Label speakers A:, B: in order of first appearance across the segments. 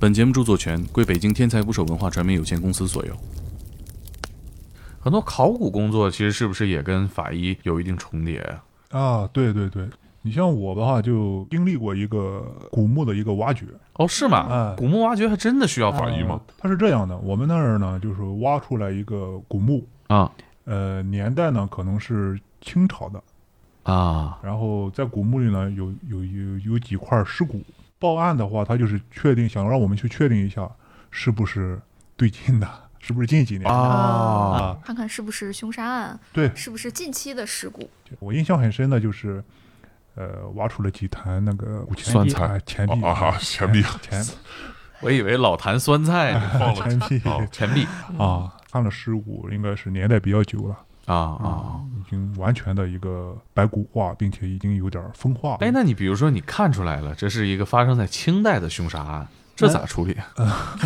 A: 本节目著作权归北京天才捕手文化传媒有限公司所有。很多考古工作其实是不是也跟法医有一定重叠啊？
B: 啊，对对对，你像我的话，就经历过一个古墓的一个挖掘。
A: 哦，是吗？
B: 哎
A: 古墓挖掘还真的需要啊法医吗？
B: 呃它是这样的，我们那儿呢，就是挖出来一个古墓，
A: 啊
B: 呃，年代呢可能是清朝的，
A: 啊
B: 然后在古墓里呢有有有有几块尸骨。报案的话，他就是确定想让我们去确定一下是不是最近的，是不是近几年的
A: 啊！
B: 啊？
C: 看看是不是凶杀案，
B: 对，
C: 是不是近期的事故。
B: 我印象很深的就是，呃，挖出了几坛那个古钱
A: 酸
B: 币
A: 菜哦
B: 啊钱币
D: 啊啊钱币
B: 钱
A: 我以为老坛酸菜呢，放了
B: 钱币
A: 哦钱币
C: 嗯
B: 啊，看了尸骨，应该是年代比较久了，
A: 啊啊！
B: 已经完全的一个白骨化，并且已经有点风化。
A: 哎，那你比如说你看出来了，这是一个发生在清代的凶杀案，这咋处理？啊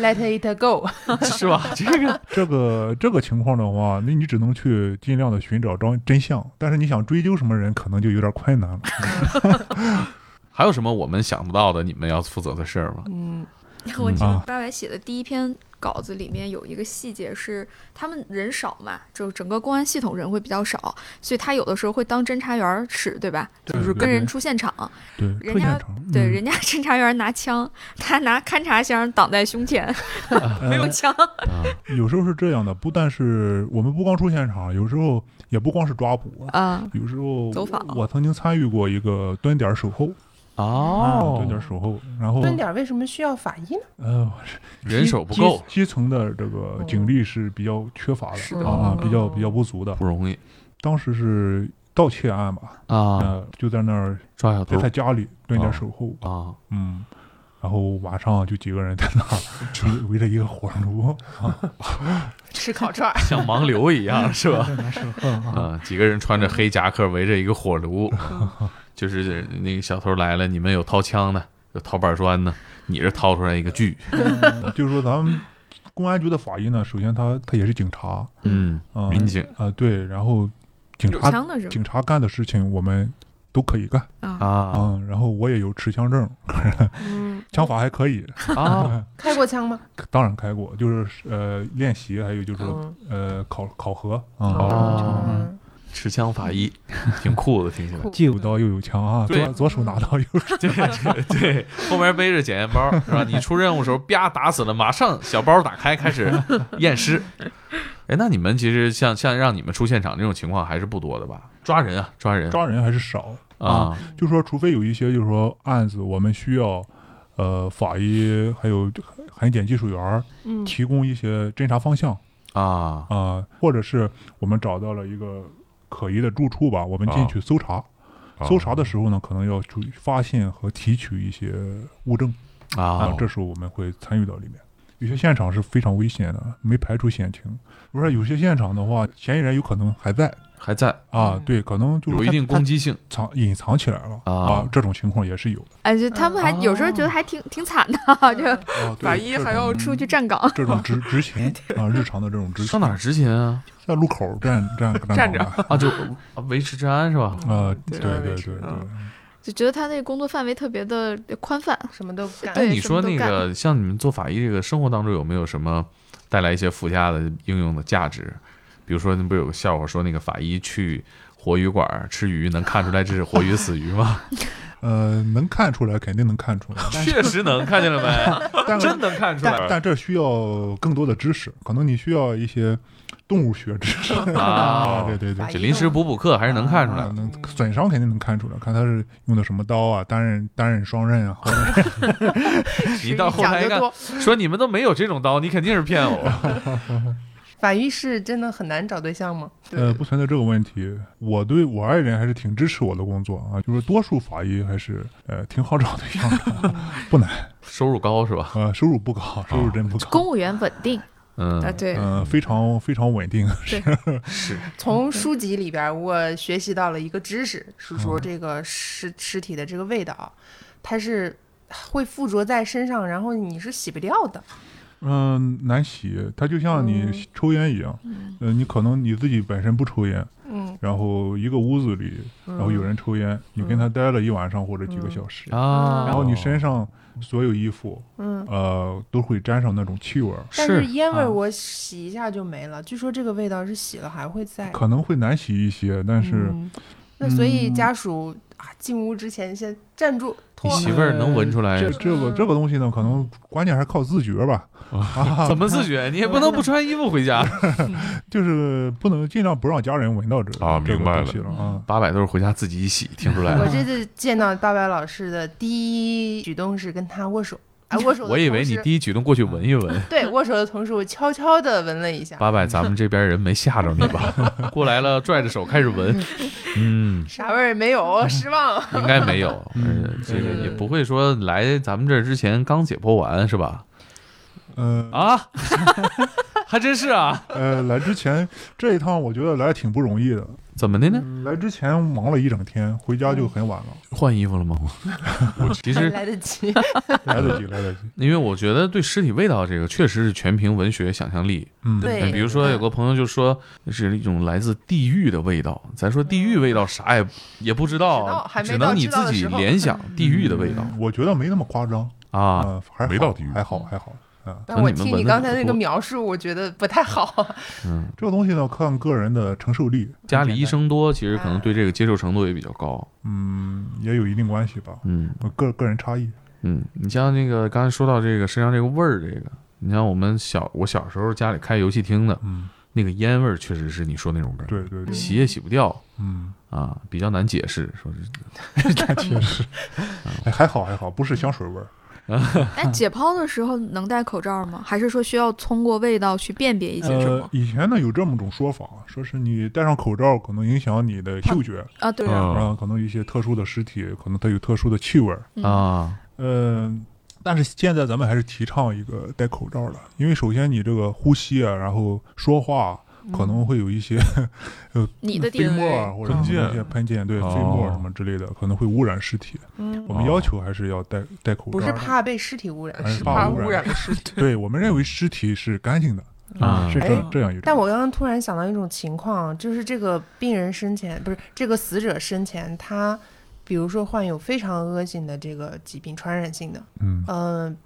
E: Let it go，
A: 是吧？这个
B: 这个这个情况的话，那你只能去尽量的寻找真真相，但是你想追究什么人，可能就有点困 难了。
A: 还有什么我们想不到的，你们要负责的事儿吗？
E: 嗯，
C: 我记
B: 啊
C: 得八百写的第一篇稿子里面有一个细节是，他们人少嘛，就整个公安系统人会比较少，所以他有的时候会当侦查员儿使，对吧？
B: 对嗯
C: 就是
B: 对
C: 跟
B: 对
C: 人出现场，
B: 对，特
C: 人家
B: 现场，
C: 对，
B: 嗯
C: 人家侦查员拿枪， 他拿勘察箱挡在胸前，
B: 嗯
C: 没有枪。
A: 啊，
B: 呃有时候是这样的，不但是我们不光出现场，有时候也不光是抓捕，
E: 嗯
C: 啊，
B: 有时候
C: 走访
B: 我曾经参与过一个蹲点儿守候，啊
A: 哦，
B: 蹲点儿守候，然后
A: 嗯
E: 蹲点儿为什么需要法医呢？
B: 呃，
A: 人手不够，
B: 基基层的这个警力是比较缺乏
C: 是
B: 的
C: 的
B: 啊，
E: 嗯
B: 比较比较不足的。
A: 不容易
B: 当时是盗窃案吧，
A: 啊，
B: 呃，就在那儿
A: 抓小
B: 在
A: 偷
B: 他家里蹲点
A: 哦
B: 儿守候，
A: 啊，
B: 嗯，然后晚上就几个人在那 儿围围着一个火炉，
E: 吃烤串儿，
A: 像盲流一 样是吧？
B: 啊，
A: 啊，几个人穿着黑夹克围着一个火炉， 就是那个小偷来了，你们有掏枪的，有掏板砖的，你这掏出来一个锯，
B: 就是说咱们公安局的法医呢，首先他他也是警察，
A: 嗯，
B: 啊
A: 民警
B: 啊，对，然后警
C: 有
B: 察
C: 枪的是吗？
B: 警察干的事情我们都可以干
C: 啊，
A: 啊
B: 啊，然后我也有持枪证，
E: 嗯，
B: 枪法还可以，
A: 啊，
E: 开过枪吗？
B: 当然开过，就是呃练习，还有就是、
E: 嗯，
B: 呃考考核
A: 哦
B: 啊，
E: 哦，
A: 持枪法医，挺酷的，听起来。
E: 酷
F: 既有
B: 有刀又有枪啊，
A: 对
B: 左左手拿刀，右 手
A: 对对对，后面背着检验包是吧？你出任务时候啪打死了，马上小包打开开始验尸。哎，那你们其实像像让你们出现场这种情况还是不多的吧？抓人啊，抓人
B: 抓人还是少，
A: 啊
B: 就说除非有一些就是说案子我们需要呃法医还有痕检技术员儿
E: 嗯
B: 提供一些侦查方向
A: 啊
B: 啊、或者是我们找到了一个可疑的住处吧，我们
A: 啊
B: 进去搜查。搜查的时候呢，可能要注意发现和提取一些物证啊
A: 啊，！
B: 这时候我们会参与到里面。有些现场是非常危险的，没排除险情。不是有些现场的话，嫌疑人有可能还在
A: 还在
B: 啊，
E: 嗯
B: 对，可能就是
A: 有一
B: 他
A: 定
B: 他
A: 攻击性
B: 藏隐藏起来了
A: 啊
B: 这种情况也是有的。
C: 哎，就他
E: 嗯
C: 们还有时候觉得还挺挺惨 的，这
B: 啊，对
C: 法医还要
B: 这种
C: 出去站岗。
B: 这种执执勤啊，日常的这种执勤
A: 上哪儿执勤啊？
B: 在路口站站
E: 站着
B: 岗
A: 啊，就啊维持治安是吧？
B: 的啊，
E: 对
B: 对对
E: 维持
B: 对对
E: 嗯
C: 就觉得他那个工作范围特别的宽泛。
E: 什么都干，
A: 哎，
C: 对
A: 你说
C: 什么
A: 那
C: 都干
A: 个像你们做法医这个生活当中有没有什么带来一些附加的应用的价值？比如说，那不是有个笑话说那个法医去活鱼馆儿吃鱼，能看出来这是活鱼死鱼吗？
B: 呃，能看出来，肯定能看出来， 但
A: 确实能，看见了没？
B: 但
A: 真能看出
B: 但
A: 来
B: 但这需要更多的知识，可能你需要一些动物学知识
A: 啊
B: 啊，！对对对
E: 法医。
A: 这临时补补课还是能看出来
B: 啊
A: 的。
B: 能损伤肯定能看出来，看他是用的什么刀啊，单刃、单刃、双刃啊，或者
A: 你到后
E: 讲
A: 台一
E: 究
A: 看，
E: 多。
A: 说你们都没有这种刀，你肯定是骗我。
E: 法医是真的很难找对象吗？
B: 呃，不存在这个问题。我对我爱人还是挺支持我的工作啊，就是多数法医还是呃挺好找对象 的，不难。
A: 收入高是吧？
B: 呃，收入不高，收入真不高。
C: 公务员稳定啊，
A: 嗯，
C: 对，
B: 呃，非常非常稳定。
A: 是
E: 从
A: 嗯
E: 书籍里边儿我学习到了一个知识，是
A: 嗯
E: 说这个尸尸体的这个味道，它是会附着在身上，然后你是洗不掉的。
B: 嗯、难洗，它就像
E: 嗯
B: 你抽烟一样，
C: 嗯
B: 嗯、你可能你自己本身不抽烟，
E: 嗯，
B: 然后一个屋子里，
E: 然
B: 然后有人抽烟，你跟他待了一晚上或者几个
E: 嗯
B: 小时，
A: 啊，
B: 然后你身上所有衣服，
E: 嗯，
B: 呃，都会沾上那种气味儿，
E: 但是
A: 哦是
E: 烟味
A: 啊
E: 儿我洗一下就没了。据说这个味道是洗了还会在，
B: 可能会难洗一些，但是、
E: 嗯那所以
B: 嗯
E: 家属啊进屋之前先站住脱
A: 你，媳妇儿能闻出来
B: 这这
D: 嗯
B: 个这个东西呢，可能关键还是靠自觉吧， 呃
A: 怎么自觉？你也不能不穿衣服回家。
B: 就是不能尽量不让家人闻到这
D: 啊
B: 这个
D: 明白
B: 东西了啊。
A: 八百都是回家自己 洗，听出来
E: 我
A: 了。
E: 这次见到大白老师的第一举动是跟他握手，啊，握手的同时。嗯
A: 我以为你第一举动过去闻一闻，
E: 对握手的同时，我悄悄的闻了一下，
A: 八百咱们这边人没吓着你 吧？过来了，拽着手开始闻，嗯，
E: 啥味儿也没有，失望了。
A: 应该没有，
B: 嗯
A: 呃这个也不会说来咱们这儿之前刚解剖完是吧？
E: 嗯
B: 呃
A: 啊， 还真是啊，
B: 呃，来之前这一趟我觉得来挺不容易的，
A: 怎么的呢？
E: 嗯
B: 来之前忙了一整天，回家就很晚了，
A: 换衣服了吗？ 我其
E: 还
A: 实
E: 来得及，
B: 来得及，来得及。
A: 因为我觉得对尸体味道这个确实是全凭文学想象力，
B: 嗯，
E: 对
A: 嗯比如说有个朋友就说是一种来自地狱的味道，咱说地狱味道啥也也不知
E: 不知道
A: 道
E: 还，没
A: 只能
E: 到
A: 你
E: 知道
A: 自
E: 的
A: 己
E: 时候
A: 联想地狱的味道
B: 嗯我觉得没那么夸张
A: 啊。
B: 呃还
D: 没
B: 好
D: 到地狱
B: 还好，还好。啊，
E: 但我
A: 可能你们
E: 听
A: 闻
E: 你
A: 得
E: 刚
A: 不
E: 才那个
A: 多
E: 描述，我觉得不太好。
A: 嗯，
B: 这个东西呢，看个人的承受力。
A: 家里医生多，其实可能对这个接受程度也比较高。
B: 嗯，也有一定关系吧，
A: 嗯
B: 呃个个人差异。
A: 嗯，你像那个刚才说到这个身上这个味儿，这个你像我们小我小时候家里开游戏厅的
B: 嗯，
A: 那个烟味儿，确实是你说那种味儿，
B: 对对对，
A: 洗也洗不掉
B: 嗯，
A: 啊，比较难解释。说是
B: 那确实，哎，还好还好，不是香水味儿。
C: 哎，解剖的时候能戴口罩吗？还是说需要通过味道去辨别一些什
B: 呃
C: 么？，
B: 以前呢有这么种说法，说是你戴上口罩可能影响你的嗅觉，
C: 啊，对啊，
B: 然
D: 啊，
B: 后可能一些特殊的尸体可能它有特殊的气味儿。
C: 嗯，
A: 啊，
B: 嗯，但是现在咱们还是提倡一个戴口罩的，因为首先你这个呼吸啊，然后说话可能会有一些
C: 你的
B: 飞沫
C: DNA
B: 啊或者
D: 喷
B: 一
D: 溅
B: 些喷溅，对
D: 哦
B: 飞沫什么之类的，可能会污染尸体。
E: 嗯，
B: 我们要求还是要戴戴口罩
E: 不
B: 的，
E: 是怕被尸体污染，
B: 哎
E: 是
B: 怕
E: 怕
B: 污染
E: 染了尸体。
B: 对我们认为尸体是干净的
A: 啊
B: 嗯是
E: 哎
B: 这这样一种。
E: 但我刚刚突然想到一种情况，啊就是这个病人生前不是这个死者生前，他比如说患有非常恶性的这个疾病，传染性的，
B: 嗯，
E: 嗯、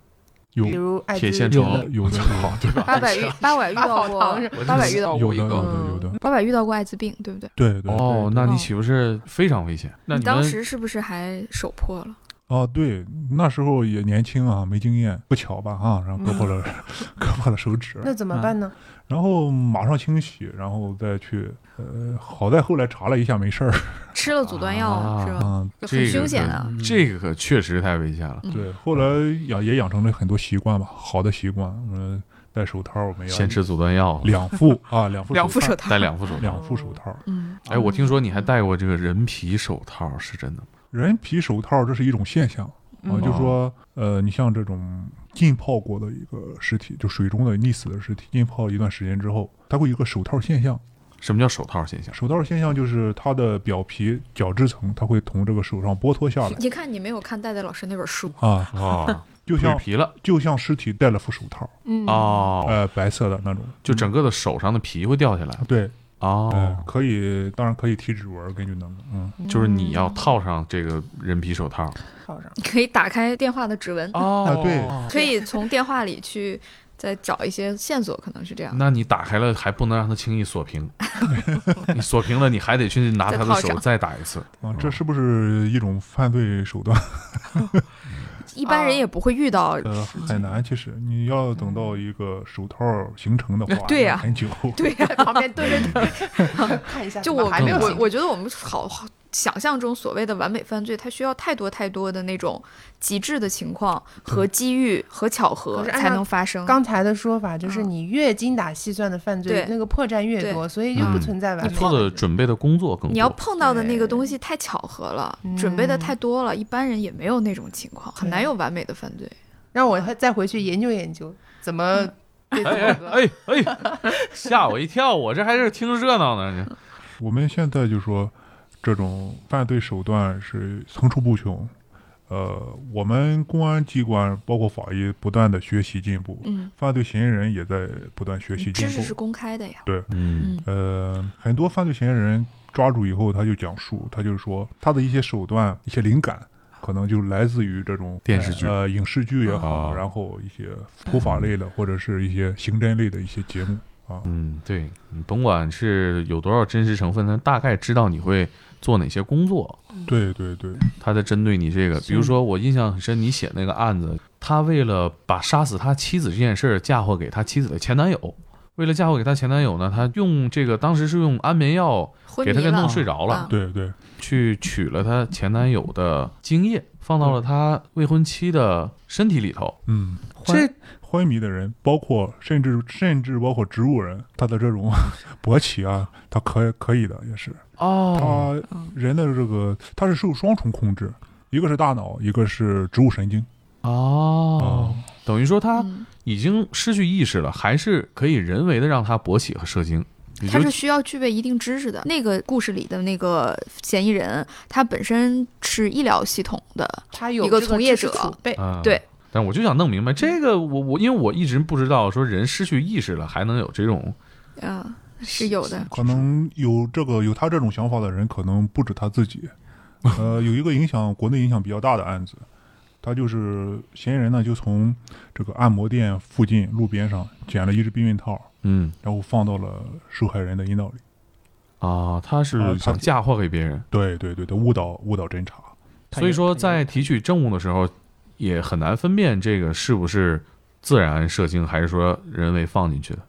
B: 有
E: 比如艾滋
A: 铁线
E: 病，
A: 虫
B: 有的有的好，对吧？
C: 八百遇八百遇
E: 八
C: 到
E: 宝
C: 过
E: 堂是，
C: 八百遇到
B: 有
A: 过
B: 的
A: 一
B: 有
A: 个
B: 的有的，
C: 八百遇到过艾滋病，对不对？
B: 对对对
A: 哦，那
C: 对
A: 你岂不是非常危险？那
C: 你
A: 你
C: 当
A: 们
C: 时是不是还手破了？
B: 哦，对，那时候也年轻啊，没经验，不巧吧啊，然后割破了， 割破了手指，
E: 那怎么办呢？
A: 嗯
B: 然后马上清洗，然后再去，呃，好在后来查了一下没事儿，
C: 吃了阻断药、
A: 啊
C: 是吧？
B: 嗯，
A: 这
C: 很
A: 个
C: 凶险
A: 是
C: 啊！
A: 这个可确实太危险了。
C: 嗯
B: 对，后来养也养成了很多习惯吧，好的习惯，嗯，戴手套，我们要
A: 先吃阻断药，
B: 两副啊，两副
A: 两
B: 手
C: 副
B: 套
C: 手套，
A: 戴两副手套。
B: 两副手套，
C: 嗯，
A: 哎，我听说你还戴过这个人皮手套，是真的吗？
B: 人皮手套这是一种现象啊，
A: 哦
C: 哦
E: 嗯
B: 就说，呃，你像这种浸泡过的一个尸体，就水中的溺死的尸体，浸泡一段时间之后，它会有一个手套现象。
A: 什么叫手套现象？
B: 手套现象就是它的表皮角质层，它会从这个手上剥脱下 来
C: 一看你没有看戴戴老师那本书，
B: 啊，
A: 啊，
B: 就
A: 蜕
B: 像
A: 皮了
B: 就像尸体戴了副手套，
E: 嗯，
A: 哦，
B: 呃，白色的那种，
A: 就整个的手上的皮会掉下来
B: 对，呃
A: 哦，，
B: 可以，当然可以提指纹，根据能力，嗯，
A: 就是你要套上这个人皮手套
E: 套上。
C: 可以打开电话的指纹，
A: 哦
B: 啊对
C: 可以从电话里去再找一些线索，可能是这样。
A: 那你打开了还不能让它轻易锁 屏，你锁屏了，你还得去拿他的
C: 再套
A: 手
C: 上
A: 再打一次。
B: 啊，这是不是一种犯罪手段？
C: 一般人也不会遇到，
B: 呃， 很难，其实你要等到一个手套形成的话，
C: 嗯 对呀
B: 很久，
C: 对啊呀、
E: 旁边对着 对，看一下，
C: 就
E: 怎么
C: 我
E: 还没有
C: 我
E: 醒
C: 我觉得我们好好想象中所谓的完美犯罪，它需要太多太多的那种极致的情况和机遇和巧合
E: 可是按
C: 才
E: 照
C: 能发生。
E: 刚才的说法就是，
C: 嗯
E: 你越精打细算的犯罪
C: 对，
E: 那个破绽越多，所以就不存在
A: 嗯
E: 完
A: 你
E: 美。
A: 做的准备的工作更多。
C: 你要碰到的那个东西太巧合了，
E: 嗯
C: 准备的太多了，一般人也没有那种情况，很难有完美的犯罪。
E: 让我再回去研究研究怎么对自
A: 哎
E: 己的
A: 哎哎哎，吓我一跳！我这还是听热闹呢。
C: 嗯
B: 我们现在就说，这种犯罪手段是层出不穷，呃，我们公安机关包括法医不断的学习进步，
C: 嗯，
B: 犯罪嫌疑人也在不断学习进
C: 知识是
B: 步。
C: 公开的呀，
A: 嗯
C: 嗯
B: 呃，很多犯罪嫌疑人抓住以后，他就讲述，他就是说他的一些手段、一些灵感，可能就来自于这种
A: 电视剧
B: 呃、影视剧也好，
A: 哦
B: 然后一些普法类的或者是一些刑侦类的一些节目。
A: 嗯，对你甭管是有多少真实成分，他大概知道你会做哪些工作，
C: 嗯
B: 对对对，
A: 他在针对你这个。比如说，我印象很深，你写那个案子，他为了把杀死他妻子这件事儿嫁祸给他妻子的前男友，为了嫁祸给他前男友呢，他用这个当时是用安眠药
C: 昏
A: 给
C: 迷
A: 他给弄
C: 了，
A: 睡着了
C: 啊，
B: 对对
A: 去取了她前男友的精液，放
C: 嗯
A: 到了她未婚妻的身体里头。
B: 嗯，
A: 这
B: 昏迷的人，包括甚至甚至包括植物人，他的 这种勃起啊，他可可以的，也是
A: 哦，
B: 他
C: 嗯
B: 人的这个他是受双重控制，一个是大脑，一个是植物神经
A: 哦，
B: 啊，
A: 等于说她
C: 嗯
A: 已经失去意识了，还是可以人为的让她勃起和射精。你
C: 他
A: 就是
C: 需要具备一定知识的。那个故事里的那个嫌疑人，他本身是医疗系统的，
E: 他有
C: 一个
E: 这
C: 从业
E: 知识
C: 者
E: 储备，
A: 啊，
C: 对。
A: 但我就想弄明白这个，我我因为我一直不知道说人失去意识了还能有这种
C: 嗯、是有的。
B: 可能有这个有他这种想法的人，可能不止他 自己。呃，有一个影响国内影响比较大的案子，他就是嫌疑人呢，就从这个按摩店附近路边上捡了一只避孕套，
A: 嗯
B: 然后放到了受害人的阴道里。
A: 啊，他
B: 啊
A: 是
B: 他
A: 想嫁祸给别人，
B: 对对对对，误导误导侦查。
D: 他
A: 所以
D: 也
A: 说
D: 他
A: 在
D: 也
A: 提取证物的时候也很难分辨这个是不是自然射精还是说人为放进去的。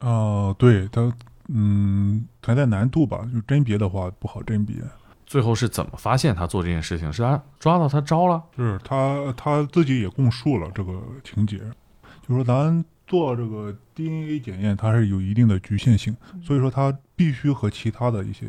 B: 哦、对他，嗯，存在难度吧，就甄别的话不好甄别。
A: 最后是怎么发现他做这件事情？是他抓到他招了？
B: 就是他他自己也供述了这个情节，就说咱做这个 DNA 检验，它是有一定的局限性，
C: 嗯
B: 所以说它必须和其他的一些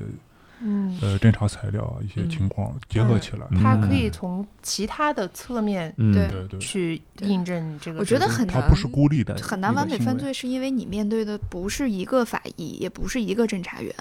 E: 嗯，
B: 呃侦查材料啊、一
C: 嗯
B: 些情况结合起来。
A: 嗯
E: 他可以从其他的侧面
A: 嗯，
C: 对
B: 对对，
E: 去印证这个。
C: 我觉得很
B: 它
C: 难
B: 不是孤立的，
C: 很难完美犯。罪，是因为你面对的不是一个法医，也不是一个侦查员，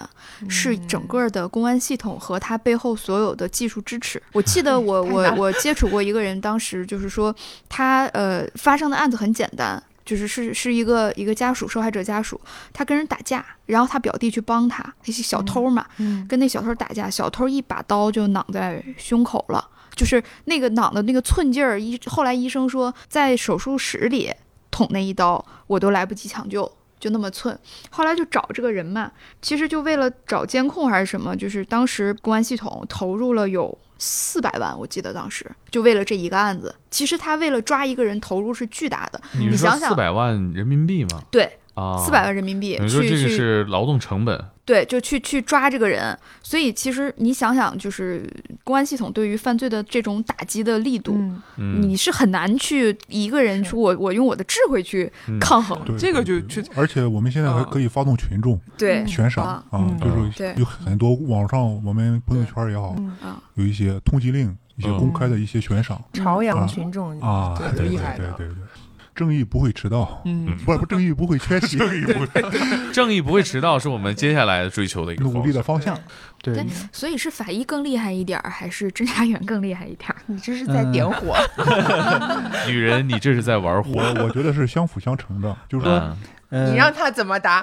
E: 嗯
C: 是整个的公安系统和他背后所有的技术支持。我记得我
E: 哎太
C: 我
E: 难
C: 我接触过一个人，当时就是说他呃发生的案子很简单，就是是是一个一个家属受害者家属，他跟人打架，然后他表弟去帮他，那些小偷嘛，
E: 嗯
C: 跟那小偷打架，小偷一把刀就攮在胸口了，就是那个攮的那个寸劲儿。医后来医生说，在手术室里捅那一刀，我都来不及抢救，就那么寸。后来就找这个人嘛，其实就为了找监控还是什么，就是当时公安系统投入了有。四百万，我记得当时就为了这一个案子。其实他为了抓一个人投入是巨大的，
A: 你是
C: 你
A: 说
C: 想想
A: 四百万人民币吗？
C: 对，
A: 啊，
C: 四百万人民币
A: 等于
C: 去
A: 说这个
C: 去
A: 是劳动成本，
C: 对，就去去抓这个人。所以其实你想想，就是公安系统对于犯罪的这种打击的力度，
E: 嗯
A: 嗯
C: 你，是很难去一个人
E: 是
C: 去我我用我的智慧去
A: 嗯
C: 抗衡。
B: 对，
D: 这个就
B: 对
D: 就
B: 而且我们现
C: 嗯
B: 在还可以发动群众
C: 对，
B: 悬赏
C: 啊
B: 啊
E: 嗯，
B: 就是
C: 对
B: 有很多网上我们朋友圈也好，
E: 嗯，
C: 啊，
B: 有一些通缉令、一些
A: 嗯
B: 公开的一些悬赏
E: 朝
B: 啊
E: 阳群众
B: 啊，
E: 嗯对
B: 对
D: 厉
B: 对
D: 害
B: 对
D: 的
B: 对对，正义不会迟到。
D: 嗯，
B: 不不，正义不会缺席，正义不会
A: 正义不会迟到是我们接下来追求的一个
B: 努力的
A: 方
B: 方向。
D: 对
C: 对所以是法医更厉害一点儿，还是侦查员更厉害一点儿？
E: 你这是在点火，
A: 向。女人，你这是在玩火。
B: 我我觉得是相辅相成的，就是说，
A: 嗯
D: 嗯
E: 你让他怎么答？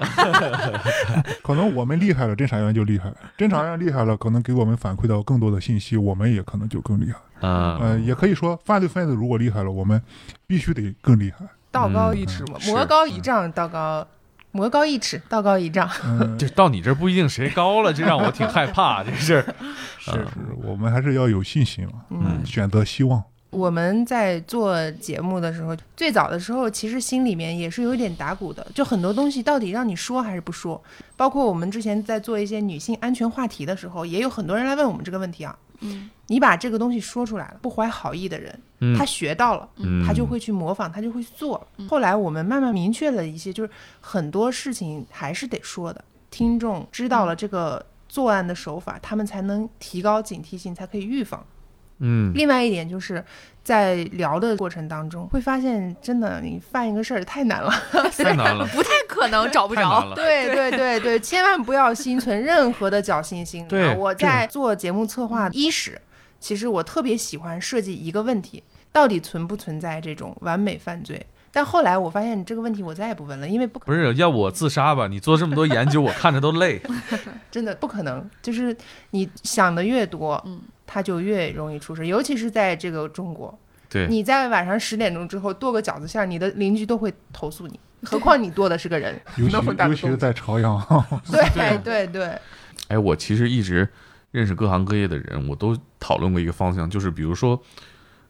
B: 可能我们厉害了，侦查员就厉害了；侦查员厉害了，可能给我们反馈到更多的信息，我们也可能就更厉害。
A: 嗯，
B: 呃，也可以说，犯罪分子如果厉害了，我们必须得更厉害。
E: 道高一尺嘛，
A: 嗯
E: 魔
A: 是
E: 高一丈，道高。魔高一尺，道高一丈。
B: 嗯，
A: 这到你这儿不一定谁高了，这让我挺害怕。这事儿
B: 是是，我们还是要有信心嘛，
A: 嗯
B: 选择希望。
E: 我们在做节目的时候，最早的时候其实心里面也是有一点打鼓的，就很多东西到底让你说还是不说。包括我们之前在做一些女性安全话题的时候，也有很多人来问我们这个问题啊。
C: 嗯，
E: 你把这个东西说出来了，不怀好意的人，
A: 嗯
E: 他学到了，
A: 嗯
E: 他就会去模仿，他就会去做。后来我们慢慢明确了一些，就是很多事情还是得说的，听众知道了这个作案的手法，他们才能提高警惕性，才可以预防。
A: 嗯
E: 另外一点就是在聊的过程当中，会发现真的你犯一个事儿太难了。
A: 太难了，
C: 不太可能找不
A: 太难
C: 着。
A: 了。
E: 对对对对，千万不要心存任何的侥幸心理啊。
A: 对
E: 我在做节目策划伊始。其实我特别喜欢设计一个问题，到底存不存在这种完美犯罪？但后来我发现这个问题我再也不问了，因为不可
A: 不是要我自杀吧？你做这么多研究，我看着都累。
E: 真的不可能，就是你想的越多，
C: 嗯
E: 它就越容易出事，尤其是在这个中国，
A: 对，
E: 你在晚上十点钟之后剁个饺子馅儿，你的邻居都会投诉 你，何况你剁的是个人。
B: 尤其
E: 那么大的
B: 尤其是
E: 动
B: 在朝阳，啊
E: 对对对，
A: 哎，我其实一直认识各行各业的人，我都讨论过一个方向，就是比如说，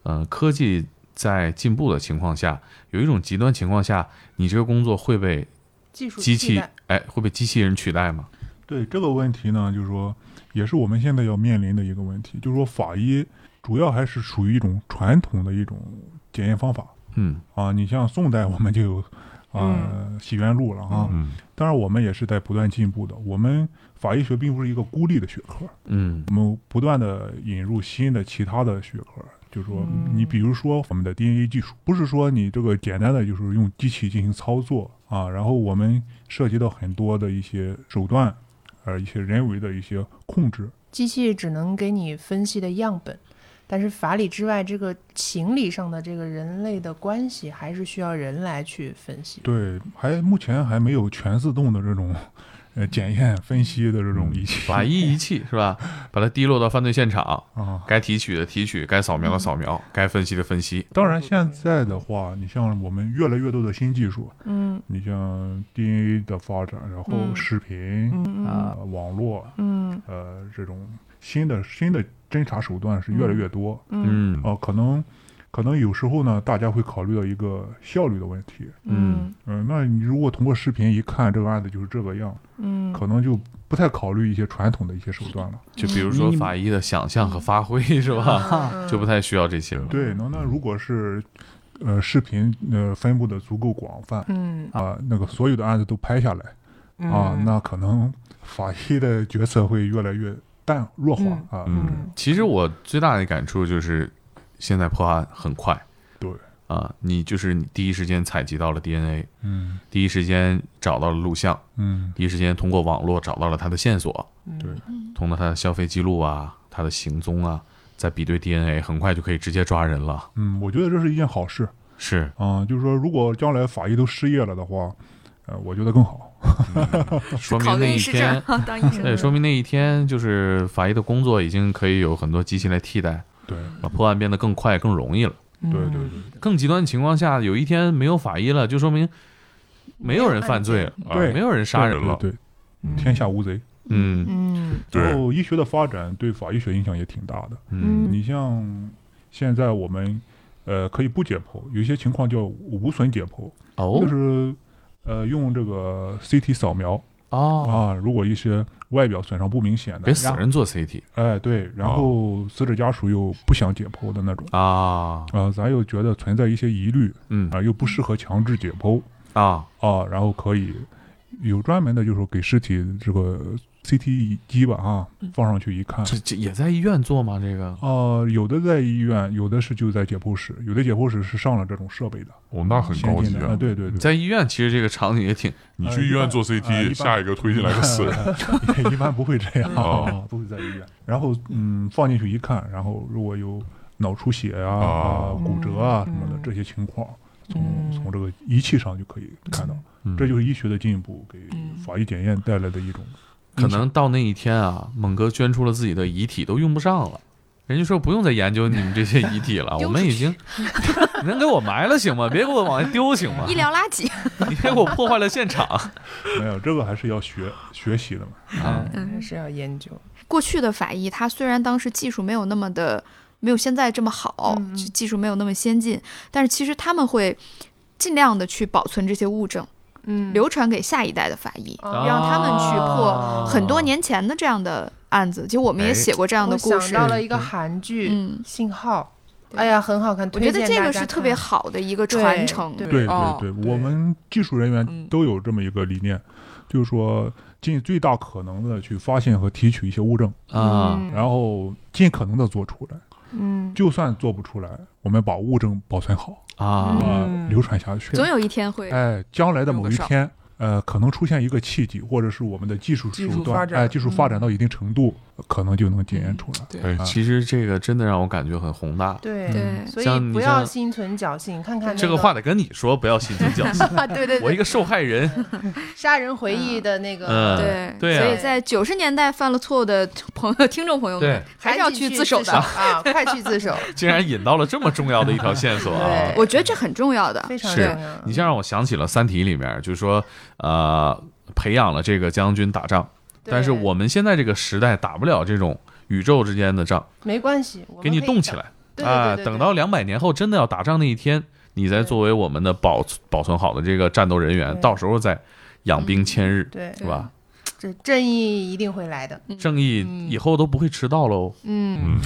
A: 呃，科技在进步的情况下，有一种极端情况下，你这个工作会被
E: 技术
A: 机
E: 替
A: 器
E: 代，
A: 哎，会被机器人取代吗？
B: 对这个问题呢，就是说，也是我们现在要面临的一个问题，就是说法医主要还是属于一种传统的一种检验方法
A: 嗯
B: 啊。你像宋代我们就有啊洗冤录了啊，
A: 嗯
B: 当然我们也是在不断进步的。我们法医学并不是一个孤立的学科，
A: 嗯
B: 我们不断的引入新的其他的学科。就是说，
E: 嗯
B: 你比如说我们的 DNA 技术，不是说你这个简单的就是用机器进行操作啊，然后我们涉及到很多的一些手段，呃，一些人为的一些控制。
E: 机器只能给你分析的样本，但是法理之外，这个情理上的这个人类的关系还是需要人来去分析。
B: 对，还目前还没有全自动的这种呃检验分析的这种仪器
A: 法医仪器是吧？把它滴落到犯罪现场，
B: 啊。
A: 该提取的提取，该扫描的扫描，该分析的分析。
B: 当然，现在的话，你像我们越来越多的新技术，
E: 嗯
B: 你像 DNA 的发展，然后
E: 嗯
B: 视频
E: 嗯
B: 啊、网络，
E: 嗯
B: 呃这种新的新的侦查手段是越来越多
E: 嗯
A: 嗯
B: 啊、可能可能有时候呢，大家会考虑到一个效率的问题。
A: 嗯
B: 嗯、那你如果通过视频一看这个案子就是这个样，
E: 嗯
B: 可能就不太考虑一些传统的一些手段了。
A: 就比如说
D: 你
A: 法医的想象和发挥是吧？
E: 嗯
A: 就不太需要这些了。
B: 对，那那如果是呃视频呃分布的足够广泛
E: 嗯
B: 啊、那个所有的案子都拍下来
E: 嗯
B: 啊、那可能法医的角色会越来越淡弱化
E: 嗯
B: 啊。
A: 嗯，其实我最大的感触就是，现在破案很快。
B: 对
A: 啊，你就是你第一时间采集到了 DNA，
B: 嗯
A: 第一时间找到了录像，
B: 嗯，
A: 第一时间通过网络找到了他的线索，
B: 对
C: 嗯
A: 通过他的消费记录啊，他的行踪啊，再比对 DNA，很快就可以直接抓人了。
B: 嗯，我觉得这是一件好事。
A: 是，
B: 啊、就是说，如果将来法医都失业了的话，呃，我觉得更好。
A: 说
C: 哦考
A: 明那
C: 虑
A: 一
C: 是这样
A: 天，
C: 当医生
A: 对，说明那一天就是法医的工作已经可以有很多机器来替代，
B: 对，
A: 把破案变得更快、更容易了。
E: 对
B: 对，对，对，
A: 更极端的情况下，有一天没有法医了，就说明没有人犯罪了，啊
B: 对
A: 没有人杀人了。
B: 对，对
E: 嗯
B: 天下无贼。
A: 嗯
E: 嗯
A: 对
B: 然后医学的发展对法医学影响也挺大的。
A: 嗯
E: 嗯
B: 你像现在我们，呃，可以不解剖，有一些情况叫无损解剖，
A: 哦
B: 就是呃用这个 CT 扫描
A: 哦，
B: 啊，如果一些外表损伤不明显的，
A: 给死
B: 然后
A: 人做 CT
B: 哎对，然后
A: 哦
B: 死者家属又不想解剖的那种。
A: 啊，
B: 啊，咱又觉得存在一些疑虑
A: 嗯
B: 啊，又不适合强制解剖，
A: 啊，
B: 啊，然后可以有专门的，就是说给尸体这个 CT 机吧啊，
E: 嗯
B: 放上去一看。
A: 这这也在医院做吗？这个
B: 哦、有的在医院，有的是就在解剖室，有的解剖室是上了这种设备的，
D: 哦，那很
B: 先
D: 高
B: 进
D: 级
B: 的
D: 啊
B: 啊，！对对对，
A: 在医院其实这个场景也挺
D: 你去医院做
B: 啊一
D: CT，
B: 般
D: 下一个推进来 个死人，
B: 一般不会这样，
D: 哦
B: 啊，都是在医院。然后嗯，放进去一看，然后如果有脑出血啊、啊
D: 哦
B: 骨折啊什么的
E: 嗯
B: 这些情况，从
E: 嗯
B: 从这个仪器上就可以看到，
D: 嗯
B: 这就是医学的进步给
E: 嗯
B: 法医检验带来的一种
A: 可能到那一天啊，猛哥捐出了自己的遗体都用不上了。人家说不用再研究你们这些遗体 了，
C: 丢
A: 我们
C: 出
A: 已
C: 去
A: 经 能给我埋了行吗？别给我往下丢行 吗
C: 医？疗垃圾，
A: 你别给我破坏了现场。啊
B: 没有，这个还是要学学习的嘛。
E: 嗯还是要研究。
C: 过去的法医，他虽然当时技术没有那么的，没有现在这么好，
E: 嗯嗯
C: 就技术没有那么先进，但是其实他们会尽量的去保存这些物证，
E: 嗯
C: 流传给下一代的法医，
E: 哦
C: 让他们去
A: 啊
C: 破很多年前的这样的案子。其实我们也
A: 哎
C: 写过这样的
E: 我
C: 故
E: 想
C: 事，
E: 到了一个韩剧
C: 嗯
E: 《信号》，
C: 对
E: 哎呀，很好看，
C: 我觉
E: 推
C: 得
E: 荐
C: 这
E: 大
C: 个
E: 家
C: 是特别
E: 看。
C: 好的一个
E: 对
C: 传承。
E: 对
B: 对
C: 哦
B: 对对，
E: 对
B: 我们技术人
C: 嗯
B: 员都有这么一个理念，就是说尽最大可能的去发现和提取一些物证，
A: 啊，
E: 嗯
B: 然后尽可能的做出来。
E: 嗯，
B: 就算做不出来，我们把物证保存好
A: 啊
E: 嗯
B: 啊、流传下去。
C: 总有一天会，
B: 哎，将来的
C: 用
B: 某
C: 得
B: 一
C: 上
B: 天。呃，可能出现一个契机，或者是我们的技术
E: 技
B: 手
E: 术
B: 段
E: 发，展嗯
B: 哎，技术发展到一定程度，可能就能检验出来。
C: 对
A: 哎，其实这个真的让我感觉很宏大。
E: 对
C: 对
E: 所
A: 像
E: 以
A: 你
E: 不要
A: 像
E: 心存侥幸，看看、那
A: 这个话得跟你说，不要心存侥幸。
E: 啊， 对对
A: 嗯我一
E: 对，
A: 个受害人，
E: 杀人回忆的那个，
A: 嗯
C: 对
A: 对啊
C: 所以在九十年代犯了错误的朋友、 听众朋友们
A: 对，
C: 还是要
E: 赶紧去
C: 自首的。
E: 啊， 快去自首，
A: 竟然引到了这么重要的一条线索啊！
E: 对
C: 我觉得这很重要的。
E: 非常重
A: 是
E: 要。
A: 你像让我想起了《三体》里面，就是说，呃，培养了这个将军打仗，
E: 对
A: 但是我们现在这个时代打不了这种宇宙之间的仗，
E: 没关系，我们
A: 给你
E: 可以
A: 动
E: 等
A: 起，来
E: 对对
A: 啊！
E: 对对
A: 等到两百年后真的要打仗那一天，你再作为我们的保保存好的这个战斗人员，
E: 对嗯
A: 到时候再养兵千日，
E: 对，
A: 是吧？
E: 这正义一定会来的。
A: 正义以后都不会迟到喽，
E: 嗯，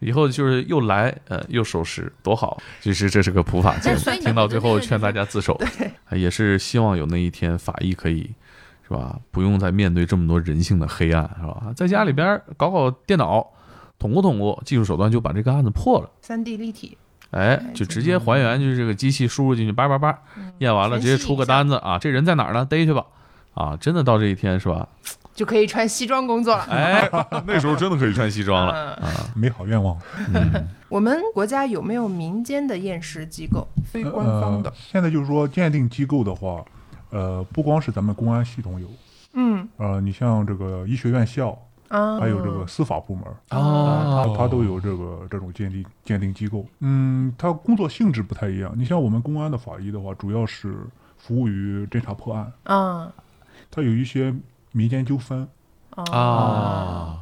A: 以后就是又来呃又守时，多好！其实这是个普法节
C: 但
A: 目
C: 所以，你
A: 听到
C: 们
A: 最
C: 那
A: 后
C: 个就
A: 劝大
C: 是
A: 家自首，啊也是希望有那一天法医可以是吧，不用再面对这么多人性的黑暗是吧？在家里边儿搞搞电脑，捅咕捅咕，技术手段就把这个案子破了。
E: 三 D 立体，
A: 哎，就直接还原，就是这个机器输入进去，叭叭叭，
C: 嗯
A: 验完了
E: 全
A: 直接
E: 息
A: 出
E: 一
A: 个
E: 下
A: 单子啊，这人在哪儿呢？逮去吧！啊，真的到这一天是吧？
E: 就可以穿西装工 作了。
A: 哎，那时候真的可以穿西装了。
E: 嗯
B: 美好愿望，
A: 嗯，
E: 我们国家有没有民间的验尸机构？非官方的
B: 呃。。现在就是说，鉴定机构的话，呃，不光是咱们公安系统有，
E: 嗯
B: 呃，你像这个医学院校，
E: 啊，
B: 还有这个司法部门，
A: 哦，
B: 它它都有这个这种鉴定鉴定机构。嗯，它工作性质不太一样。你像我们公安的法医的话，主要是服务于侦查破案，
E: 啊
B: 它有一些民间纠纷，
A: 啊，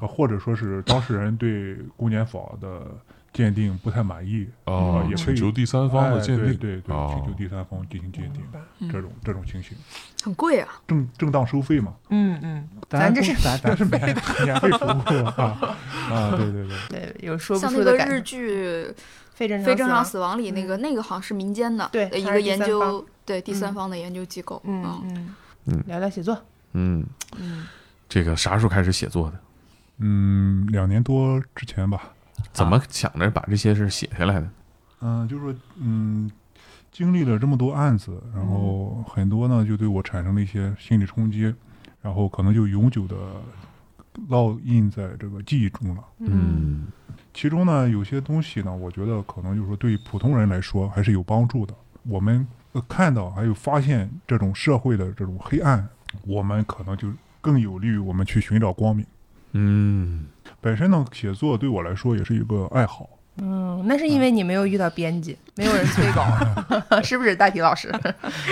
B: 呃或者说是当事人对公检法的鉴定不太满意，
D: 啊
B: 嗯，也可以
D: 请求第三方的
B: 哎
D: 鉴
B: 对
D: 定，
B: 对对，
D: 哦
B: 请求第三方进行鉴定，
E: 嗯
B: 这种这种情形，
C: 很贵啊，
B: 正正当收费嘛，
E: 嗯嗯，咱这是
B: 咱咱是免 免费服务啊啊，对对对，
E: 对有说不
C: 像
E: 出
C: 那个
E: 的感
C: 日
E: 觉。
C: 剧
E: 非正
C: 《
E: 常
C: 非正常
E: 死嗯
C: 死亡》里那个，那个好像是民间的，
E: 对
C: 呃一
E: 它
C: 个
E: 是第
C: 研
E: 三
C: 究
E: 方，
C: 对第三
E: 嗯
C: 方的研究机构，啊
E: 亡。嗯
A: 嗯
E: 嗯，聊聊写作。
A: 嗯，
E: 嗯，
A: 这个啥时候开始写作的？
B: 嗯，两年多之前吧，
A: 怎么想着把这些事写下
E: 啊
A: 来的？
B: 嗯，就是说嗯，经历了这么多案子，然后很多呢就对我产生了一些心理冲击，然后可能就永久的烙印在这个记忆中了。
A: 嗯
B: 其中呢，有些东西呢，我觉得可能就是说对于普通人来说还是有帮助的。我们、呃看到还有发现这种社会的这种黑暗，我们可能就更有利于我们去寻找光明。
A: 嗯，
B: 本身呢，写作对我来说也是一个爱好。
E: 嗯，那是因为你没有遇到编辑，没有人催稿， 是不是大体老师？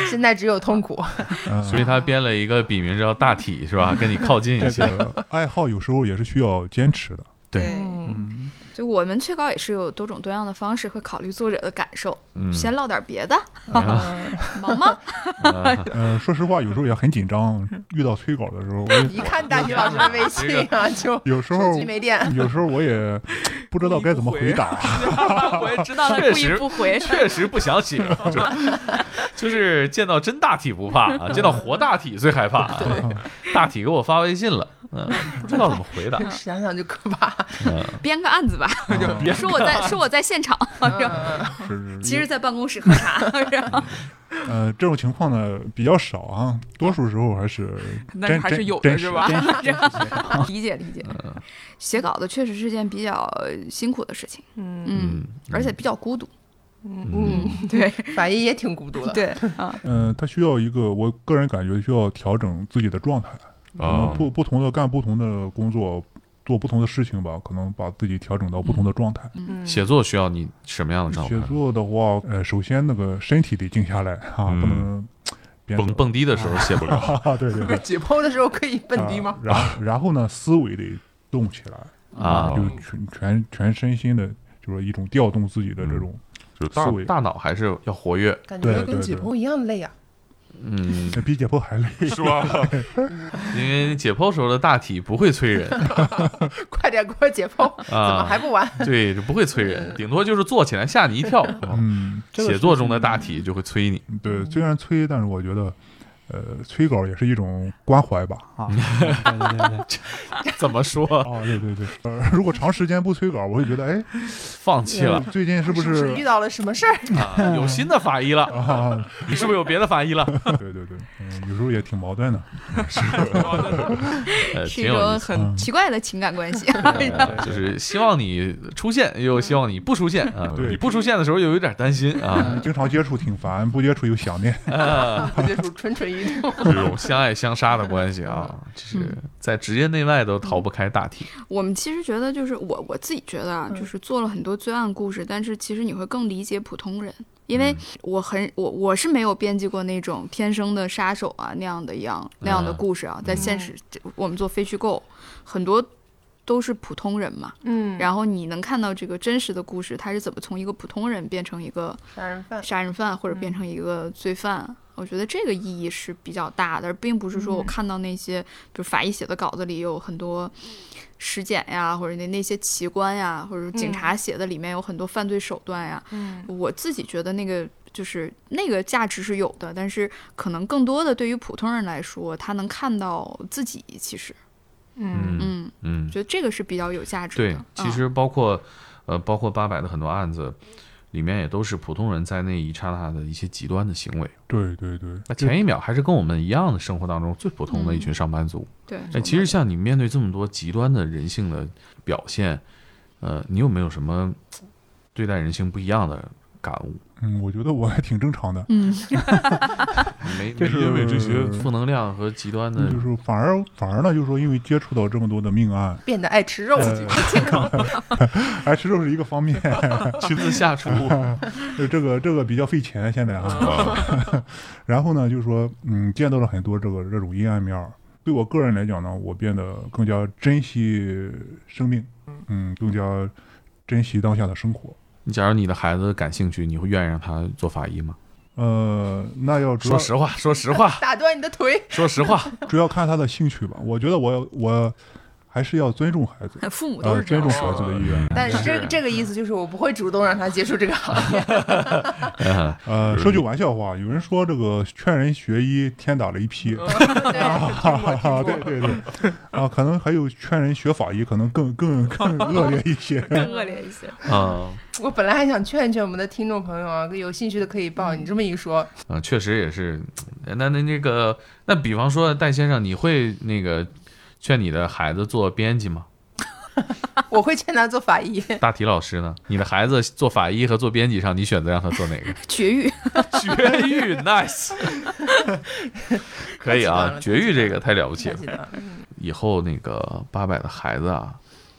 E: 现在只有痛苦。
B: 嗯、
A: 所以他编了一个笔名叫大体，是吧？ 跟你靠近一
B: 这
A: 些。
B: 个 爱好有时候也是需要坚持的。
A: 对，
E: 嗯
B: 嗯，
C: 所以我们催稿也是有多种多样的方式，会考虑作者的感受，
A: 嗯，
C: 先唠点别的，
E: 嗯
C: 忙吗？
A: 啊
B: 呃，说实话，有时候也很紧张。
C: 嗯
B: 遇到催稿的 时候，我也
E: 一看大体老师的微信啊，就
B: 有时
E: 手
B: 候
E: 机没电。
B: 有时候我也不知道该怎么回答。
C: 我也知道 他
A: 确
C: 故意
A: 实
C: 不回，
A: 确实不想 写，就就是见到真大体不怕 啊，见到活大体最害怕啊。大体给我发微信了，嗯，不知道怎么回答。
E: 想想就可怕。
C: 编个案子吧，
A: 别
C: 说我在说我在现场，
B: 嗯是
C: 其实在办公室喝茶， 然后
B: 呃，这种情况呢比较少啊，多数时候还是
C: 那
B: 真
C: 还
B: 真
C: 是有的
B: 真
C: 是
B: 实
C: 吧
B: 真实
C: 理解理解。 写稿子确实是件比较呃辛苦的事情，
E: 嗯
C: 嗯，
A: 嗯，
C: 而且比较孤独，
A: 嗯，
C: 对
E: 法医也挺孤独的。
C: 对啊，
B: 嗯、他需要一个，我个人感觉需要调整自己的状态，
A: 啊，
B: 不不同的干不同的工作，做不同的事情吧，可能把自己调整到不同的状态。
E: 嗯，
A: 写作需要你什么样的状态
B: 写？作的话，呃，首先那个身体得静下来啊，
A: 嗯
B: 不能编
A: 蹦蹦迪的时候写不了。
B: 哈哈，对对
E: 不是
B: 对，
E: 解剖的时候可以 蹦迪吗
B: 啊？然后然后呢，思维得动起来
A: 啊
B: 就是全全全身心的，就是一种调动自己的这种，
A: 嗯就大
B: 思维
A: 大脑还是要活跃，
E: 感
B: 对
E: 觉
B: 对
E: 跟解剖一样累啊。
A: 嗯，
B: 比解剖还累。
D: 是 吧？
A: 因为解剖时候的大体不会催 人
E: 快点给我解剖，怎么还
A: 啊，
E: 不完？
A: 对，不会催人，顶多就是坐起来吓你一跳。
B: 嗯，这个
A: 写作中的大体就会催你，
B: 对，虽然催，但是我觉得，呃，催稿也是一种关怀吧。
F: 啊，对对对对，
A: 怎么说
B: 哦，对对对，呃，如果长时间不催稿，我会觉得，哎，
A: 放弃了
B: 最近是不
E: 是
B: 是
E: 遇到了什么事儿？
A: 啊？有新的法医了，
B: 啊？
A: 你是不是有别的法医了？
B: 对对对，嗯嗯有时候也挺矛盾的。
A: 呃，
C: 是
A: 挺
C: 一
A: 有意
C: 种
A: 思
C: 很奇怪的情感关系。
A: 的，就是希望你出现，又希望你不出现啊。
B: 对
A: 你不出现的时候又有点担心啊。
B: 经常接触挺烦，不接触又想念。
A: 啊
E: 不接触蠢蠢欲动。
A: 这种相爱相杀的关系啊，就是在职业内外都逃不开大题。
C: 我们其实觉得，就是我我自己觉得啊，
E: 嗯
C: 就是做了很多罪案故事，但是其实你会更理解普通人，因为我很我我是没有编辑过那种天生的杀手啊那样的一样那样的故事啊，在现实、这我们做非虚构，很多都是普通人嘛，
E: 嗯，
C: 然后你能看到这个真实的故事，他是怎么从一个普通人变成一个
E: 杀人犯，
C: 杀人犯或者
A: 嗯
C: 变成一个罪犯。我觉得这个意义是比较大的，而并不是说我
E: 嗯
C: 看到那些，比如法医写的稿子里有很多尸检呀，或者那那些奇观呀，或者警察
A: 嗯
C: 写的里面有很多犯罪手段呀。
E: 嗯
C: 我自己觉得那个就是那个价值是有的，但是可能更多的对于普通人来说，他能看到自己，其实，
E: 嗯
C: 嗯，
A: 嗯
C: 我，觉得这个是比较有价值的。嗯
A: 对，其实包括呃，包括八百的很多案子。里面也都是普通人在那一刹那的一些极端的行为，
B: 对对对，
A: 那前一秒还是跟我们一样的生活当中最普通的一群
C: 嗯
A: 上班族，
C: 嗯、对。
A: 哎，其实像你面对这么多极端的人性的表现，呃，你有没有什么对待人性不一样的感悟？
B: 嗯，我觉得我还挺正常的，
C: 嗯，
A: 没
B: 就
A: 没
B: 是
A: 因为这些
B: 嗯
A: 负能量和极端的，
B: 就是反而反而呢，就是说因为接触到这么多的命案，
E: 变得爱吃肉，
B: 呃， 爱吃肉是一个方 面，
A: 亲自下 厨，
B: 就这个这个比较费钱现在啊。 然后呢，就是说嗯，见到了很多这个这种阴暗面儿。对我个人来讲呢，我变得更加珍惜生命，嗯，更加珍惜当下的生活。
A: 你假如你的孩子感兴趣，你会愿意让他做法医吗？
B: 呃，那要主
A: 说
B: 要
A: 实话，说实话，
E: 打断你的腿。
A: 说实话，
B: 主要看他的兴趣吧。我觉得我我还是要尊重孩子，
C: 父母都
B: 呃，
C: 是这
B: 尊
A: 哦
C: 样
B: 重。孩子的意
A: 嗯
B: 愿。
E: 但是 这
A: 是
E: 这个意思就是，我不会主动让他接触这个行 业。
A: 呃
B: 呃，说句玩笑话，有人说这个劝人学医，天打雷劈。
C: 嗯
E: 对，
B: 啊，对对对，啊，可能还有劝人学法医，可能更更更恶劣一些。
C: 更恶劣一些。
A: 嗯呃
E: 我本来还想劝劝我们的听众朋友啊，有兴趣的可以报。你这么一说，
A: 呃，确实也是。那那那个，那比方说戴先生，你会那个劝你的孩子做编辑吗？
E: 我会劝他做法 医。
A: 大体老师呢？你的孩子做法医和做编辑上，你选择让他做 哪个？
C: 绝育，
A: 绝育，nice，可以啊，
E: 太极
A: 绝
E: 端了
A: 育这个太了不起
E: 太
A: 了
E: 极。端了
A: 以后那个八百的孩子啊，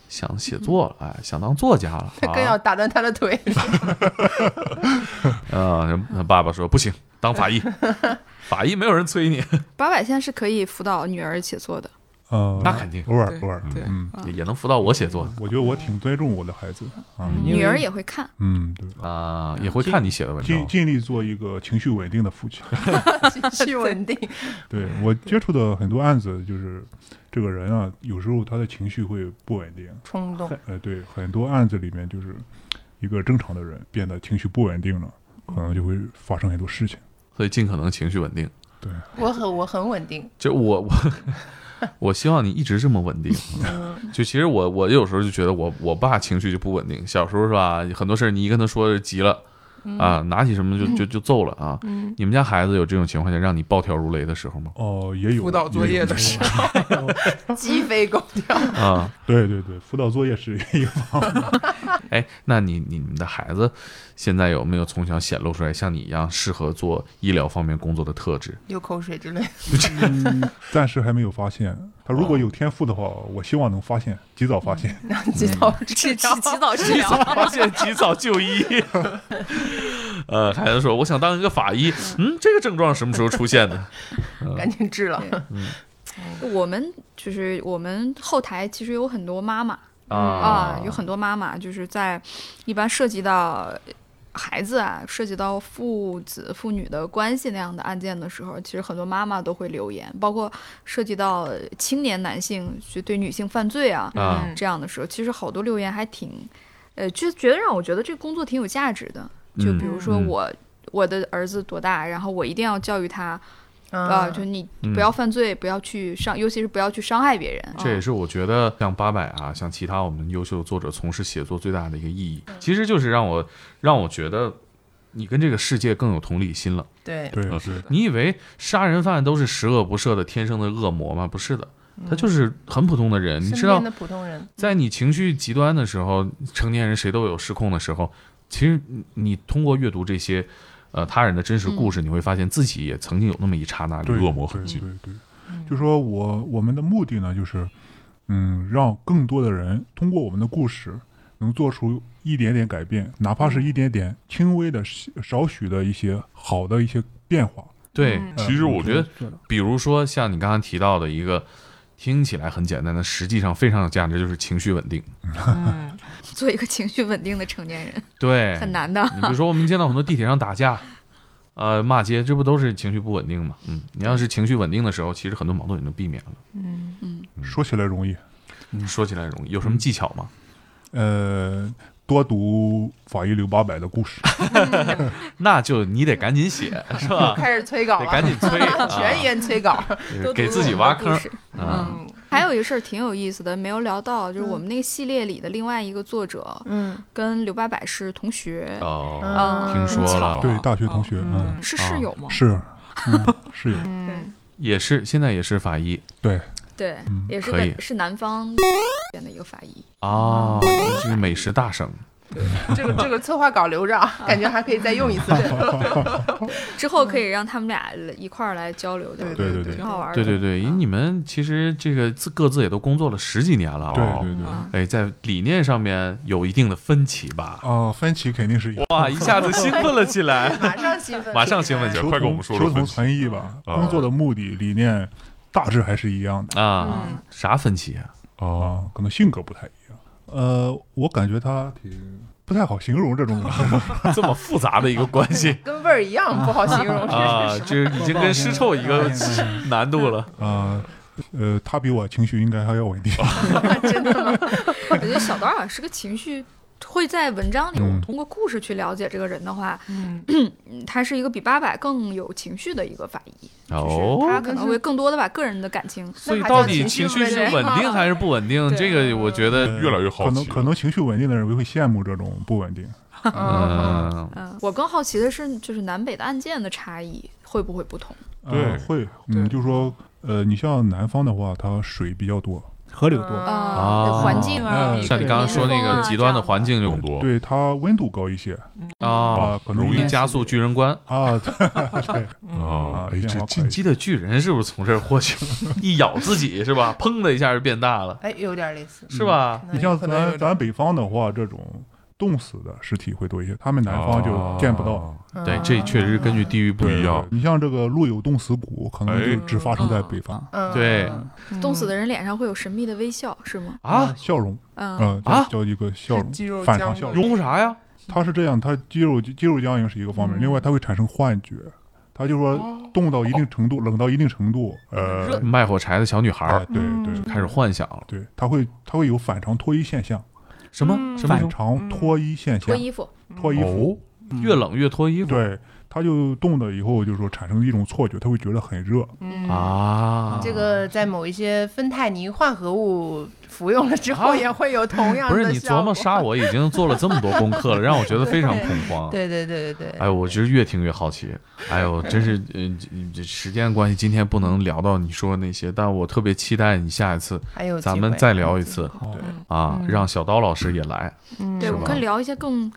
A: 想写作了，哎，想当作家了，
E: 嗯他更要打断他 的腿。
A: 啊，呃那爸爸说不行，当法 医，法医没有人催你，
C: 八百现在是可以辅导女儿写作的。
B: 呃，
A: 那肯定
B: 偶尔
C: 对
B: 偶尔
C: 对，
B: 嗯，
E: 啊
A: 也也能辅导我写作
B: 我觉得我挺尊重我的孩子啊，
A: 因为
C: 女儿也会看，
B: 嗯，对，
A: 啊，也会看你写的文
B: 尽
A: 章。
B: 尽力做一个情绪稳定的父亲。
E: 情绪稳定，
B: 对我接触的很多案子，就是这个人啊，有时候他的情绪会不稳定。
E: 冲动。
B: 呃，对，很多案子里面就是一个正常的人变得情绪不稳定了，可能就会发生很多事情。
A: 所以尽可能情绪稳定。
E: 我很我很稳定，
A: 就我我我希望你一直这么稳定。
C: 嗯
A: 就其实我我有时候就觉得我我爸情绪就不稳定，小时候是吧，很多事儿你一跟他说急了。
C: 嗯
A: 啊，拿起什么就就就揍了啊！你们家孩子有这种情况下让你暴跳如雷的时候吗？
B: 哦，也有
E: 辅导作业的时
B: 候，
E: 鸡飞 狗跳。
C: 嗯
A: 啊，
B: 对对对，辅导作业是一个方面。
A: 哎，那你你们的孩子现在有没有从小显露出来像你一样适合做医疗方面工作的特质？
E: 流口水之类 的，
B: 嗯暂时还没有发现。他如
E: 哦
B: 果有天赋的话，我希望能发现，及早发现。
E: 让你
B: 嗯
E: 知道治 疗。
C: 早治
A: 及早。发 现，及早就医。 呃，孩子说：“我想当一个法医。”嗯，这个症状什么时候出现的？
E: 赶紧治了。
C: 我们就是我们后台其实有很多妈妈啊，有很多妈妈就是在一般涉及到孩子啊，涉及到父子父女的关系那样的案件的时候，其实很多妈妈都会留言，包括涉及到青年男性去对女性犯罪啊，
A: 啊
E: 嗯
C: 这样的时候，其实好多留言还挺，呃，就觉得让我觉得这个工作挺有价值的。就
A: 嗯
C: 比如说
A: 嗯
C: 我、我的儿子多大，然后我一定要教育他啊、
E: 啊
C: 就你
A: 嗯
C: 不要犯罪，不要去伤，尤其是不要去伤害别人。
A: 这也
C: 啊
A: 是我觉得像八百啊，像其他我们优秀的作者从事写作最大的一个意义，其实就是让我让我觉得你跟这个世界更有同理心了。
E: 对，
B: 对，
A: 嗯
B: 是
A: 你以为杀人犯都是十恶不赦的天生的恶魔吗？不是的，他就是很普通的人。你
E: 身
A: 知道
E: 边，的普通人，嗯
A: 在你情绪极端的时候，成年人谁都有失控的时候。其实你你通过阅读这些，呃，他人的真实故事，你会发现自己也曾经有那么一刹那里
B: 对
D: 恶魔痕迹
B: 对对
E: 嗯
B: 对，就说我我们的目的呢，就是嗯，让更多的人通过我们的故事，能做出一点点改变，哪怕是一点点轻微的、少许的一些好的一些变化。
A: 对，
E: 嗯
D: 其实我
A: 觉得比如说像你刚刚提到的一个。听起来很简单，但实际上非常有价值，就是情绪稳定。
E: 嗯，
C: 啊 做一个情绪稳定的成年 人
A: 对，
C: 很难的。
A: 你比如说，我们见到很多地铁上打架， 呃，骂街，这不都是情绪不稳定吗？嗯，你要是情绪稳定的时候，其实很多矛盾也能避免了。
C: 嗯
D: 嗯
B: 说起来容易，
A: 说起来容易，有什么技巧吗？
B: 呃，多读法医刘八百的故事。
A: 那就你得赶紧写，是吧？
E: 开始催稿
A: 得
E: 了，
A: 啊赶紧催，
E: 全员催稿，
A: 啊、给 自己挖坑
C: 多读读我们的故事
A: 啊。
E: 嗯
C: 还有一个事儿挺有意思的，没有聊到，就是
E: 嗯
C: 我们那个系列里的另外一个作者
E: 嗯，
C: 跟刘八百是同学，
A: 哦，
C: 嗯，
A: 听说了
C: 很巧
B: 对，
D: 啊
B: 大学同学，
E: 嗯
B: 嗯，
C: 是
A: 啊
C: 室友 吗？
B: 是，嗯，是有，
E: 嗯，
A: 也是，现在也是法医
B: 对，
C: 对，也是
A: 嗯可以
C: 个是南方边的一个法医。
A: 哦，
C: 嗯
A: 是美食大省。
E: 这个这个策划稿留着啊，感觉还可以再用 一次。
C: 之后可以让他们俩一块儿来交流交流，
B: 对对对
C: 挺好玩的。
A: 对对对，因为你们其实这个自各自也都工作了十几年了、哦，
B: 对对对。
C: 啊，
A: 哎，在理念上面有一定的分歧吧？
B: 哦，分歧肯定是有，
A: 哇，一下子兴奋了起 来。
E: 马上兴奋，
A: 马上兴奋起来
B: 求
D: 快给我
B: 同
D: 们说
B: 求
D: 说分
B: 同
D: 歧
B: 存异吧。
D: 啊
B: 工作的目的、理念大致还是一样的
A: 啊，啥分歧啊？
D: 啊，
B: 啊，可能性格不太一样。呃，我感觉他挺不太好形容这种人，
A: 这么复杂的一个关系
E: 跟味儿一样，不好形 容。
A: 啊，这已经跟尸臭一 个 难度了。
B: 啊，呃，他比我情绪应该还要稳定。
C: 我觉得小刀好像是个情绪。会在文章里，
B: 嗯
C: 我们通过故事去了解这个人的话，
E: 嗯，
C: 嗯 他是一个比八百更有情绪的一个法医，
B: 嗯
C: 就是他
A: 哦，
C: 可能会更多的把个人的感情
A: 所以到底情绪是稳定还是不稳定？
E: 对
A: 这个我觉得，
D: 越来越好
B: 可能
D: 奇了
B: 可能情绪稳定的人会羡慕这种不稳定。
A: 嗯，
C: 嗯，我更好奇的是，就是南北的案件的差异会不会不同？
B: 呃
D: 对
B: 会，
E: 对
B: 嗯，就说呃，你像南方的话，它水比较多，
F: 河流多，
A: 啊
C: 对环境啊，
B: 嗯
A: 像你刚刚说那个极端的环境就
D: 更多
B: 对它温度高一些
A: 啊，
B: 啊，可能
A: 容易加速巨人观。
B: 啊，对
D: 啊
B: 啊，
D: 哎，
B: 变
D: 这
B: 化
D: 进
B: 快一些
A: 鸡的巨人是不是从这儿获取？ 一咬自己是吧？砰的一下就变大了，
E: 哎，有点类似，
A: 是啊吧？
E: 可能
B: 你像
E: 可能有
B: 咱
E: 点
B: 咱北方的话，这种冻死的尸体会多一些，他们南方就见不到。
D: 啊
A: 嗯
E: 嗯
A: 对，这确实是根据地域不
D: 不
A: 一
D: 一
A: 样。
D: 样
B: 你像这个陆有冻死骨，可能就
D: 哎
B: 只发生在北方。
E: 嗯
A: 对
C: 冻死的人脸上会有神秘的微笑，是吗？
A: 啊，
B: 笑容，
C: 嗯，
B: 嗯，
A: 啊
B: 叫叫一个笑
F: 是肌肉
B: 容，反常
F: 僵
B: 笑
F: 硬
B: 容。
A: 用啥呀？
B: 它是这样，它肌肉肌肉僵硬是一个
F: 嗯
B: 方面，另外它会产生幻觉，它就说
F: 哦
B: 冻到一定程度，冷到一定程度，呃，
A: 卖火柴的小女孩
B: 哎
A: 儿
B: 对
E: 嗯
F: 嗯
B: 对
A: 开始幻想了。
B: 对，它会它会有反常脱衣现象，
A: 什么
E: 嗯
A: 什么
B: 反
F: 嗯
B: 常脱衣现
C: 脱
B: 象，
C: 衣服，
B: 脱衣
D: 哦
F: 哦
B: 服，
A: 越冷越脱衣服
B: 对，它就冻了以后，就是说产生一种错觉，它会觉得很热，
E: 嗯
A: 啊？
E: 这个在某一些芬太尼化合物服用了之后，也会有同样的
A: 啊不是你琢
E: 效
A: 磨
E: 果
A: 杀我已经做了这么多功课了，让我觉得非常恐慌。
E: 对对对对 对，
A: 哎，我其实越听越好奇。哎呦，真是，嗯、这这时间关系，今天不能聊到你说的那些，但我特别期待你下一次
E: 还有
A: 咱
E: 机
A: 们
E: 会
A: 再聊一次
F: 哦
B: 对
A: 啊，让小刀老师也来。
E: 嗯
C: 对，我们可以聊一些更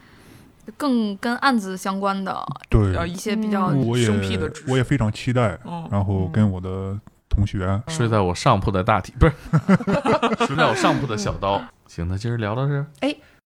C: 更跟案子相关的，
B: 对
F: 要一些比较
B: 我也
F: 生僻的知识。
B: 我也非常期待，
F: 嗯，
B: 然后跟我的同学，
A: 睡在 我上铺的大体不是，睡在我上铺的小刀。行，那今儿聊到这儿，